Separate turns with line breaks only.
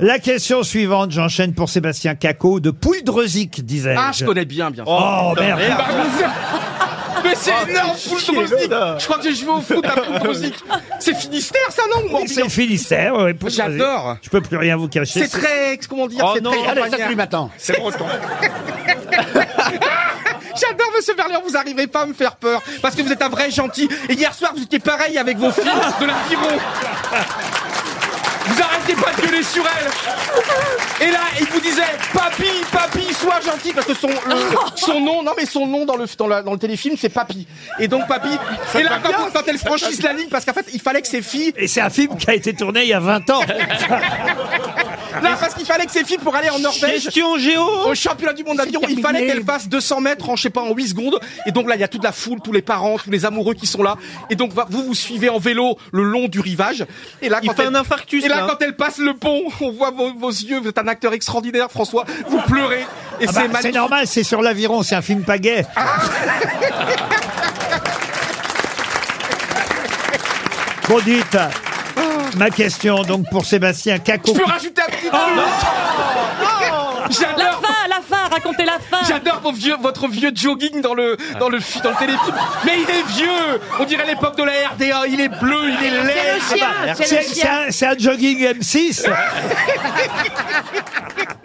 La question suivante, j'enchaîne pour Sébastien Caco de Pouldreuzic, disais-je.
Ah, je connais bien, bien sûr.
Oh, merde.
Eh ben, vous- Mais Oh, c'est énorme, Poudrosic Je crois que j'ai joué au foot à Poudrosic. C'est Finistère, ça, non ou
Oui, C'est
Morbihan
le Finistère. ouais, Pouldreuzic.
J'adore.
Je peux plus rien vous cacher.
C'est Oh, très, comment dire, c'est très campagnard.
maintenant.
C'est breton.
J'adore, monsieur Berlier, vous arrivez pas à me faire peur, parce que vous êtes un vrai gentil. Et hier soir, vous étiez pareil avec vos filles de l'environ. Vous arrêtez pas de gueuler sur elle. Et là, il vous disait, papy, papy, sois gentil, parce que son, le- son nom, non mais son nom dans le, dans la- dans le téléfilm, c'est papy. Et donc papy, et là, quand, quand elle franchisse la ligne, parce qu'en fait, il fallait que ses filles
Et c'est un film qui a été tourné il y a 20 ans.
Là, parce qu'il fallait que ses filles, pour aller en Norvège.
Ah bah,
Au championnat du monde d'aviron, il fallait qu'elles fassent 200 mètres en, je sais pas, en 8 secondes. Et donc là, il y a toute la foule, tous les parents, tous les amoureux qui sont là. Et donc, va- vous vous suivez en vélo le long du rivage. Et là,
Il
quand
fait
elle-
un infarctus,
Et là,
là.
quand elle passe le pont, on voit vos, vos yeux. Vous êtes un acteur extraordinaire, François. Vous pleurez. Et
Ah bah,
c'est
c'est
magnifique. Ah.
normal, c'est sur l'aviron, c'est un film pagaie. Bon, dites, ma question donc pour Sébastien
Je
Caco.
peux rajouter un petit truc
Oh.
La
J'adore
fin, la fin, racontez la fin.
J'adore vos vieux- votre vieux jogging dans le, dans le, fi- dans le téléfilm. Mais il est vieux! On dirait l'époque de la RDA. Il est bleu, il est laid.
Ah bah, C'est c'est un, c'est un jogging M6